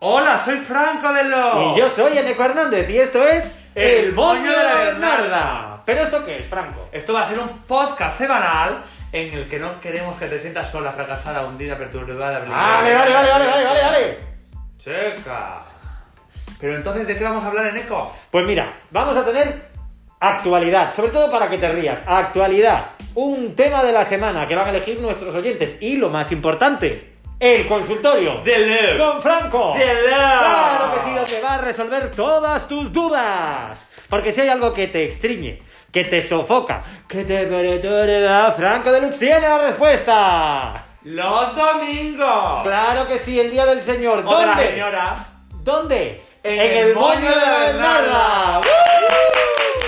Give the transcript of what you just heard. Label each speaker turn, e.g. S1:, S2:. S1: Hola, soy Franco de Lo.
S2: Y yo soy Eneco Hernández y esto es.
S1: Oh. El Moño de la
S2: Bernarda. ¿Pero esto qué es, Franco?
S1: Esto va a ser un podcast semanal en el que no queremos que te sientas sola, fracasada, hundida, perturbada.
S2: Ah, Vale, vale, vale, vale, vale, vale, vale.
S1: Checa. Pero entonces, ¿de qué vamos a hablar en Eco?
S2: Pues mira, vamos a tener actualidad, sobre todo para que te rías. Actualidad, un tema de la semana que van a elegir nuestros oyentes y lo más importante, el consultorio.
S1: De Lux.
S2: Con Franco.
S1: De Lux.
S2: Oh. Claro que sí, donde va a resolver todas tus dudas. Porque si hay algo que te extriñe, que te sofoca, que te perturba, Franco Deluxe tiene la respuesta.
S1: Los domingos.
S2: Claro que sí, el día del señor.
S1: O de la
S2: ¿Dónde?
S1: señora.
S2: ¿Dónde?
S1: En el moño de la Bernarda.
S2: ¡Uh!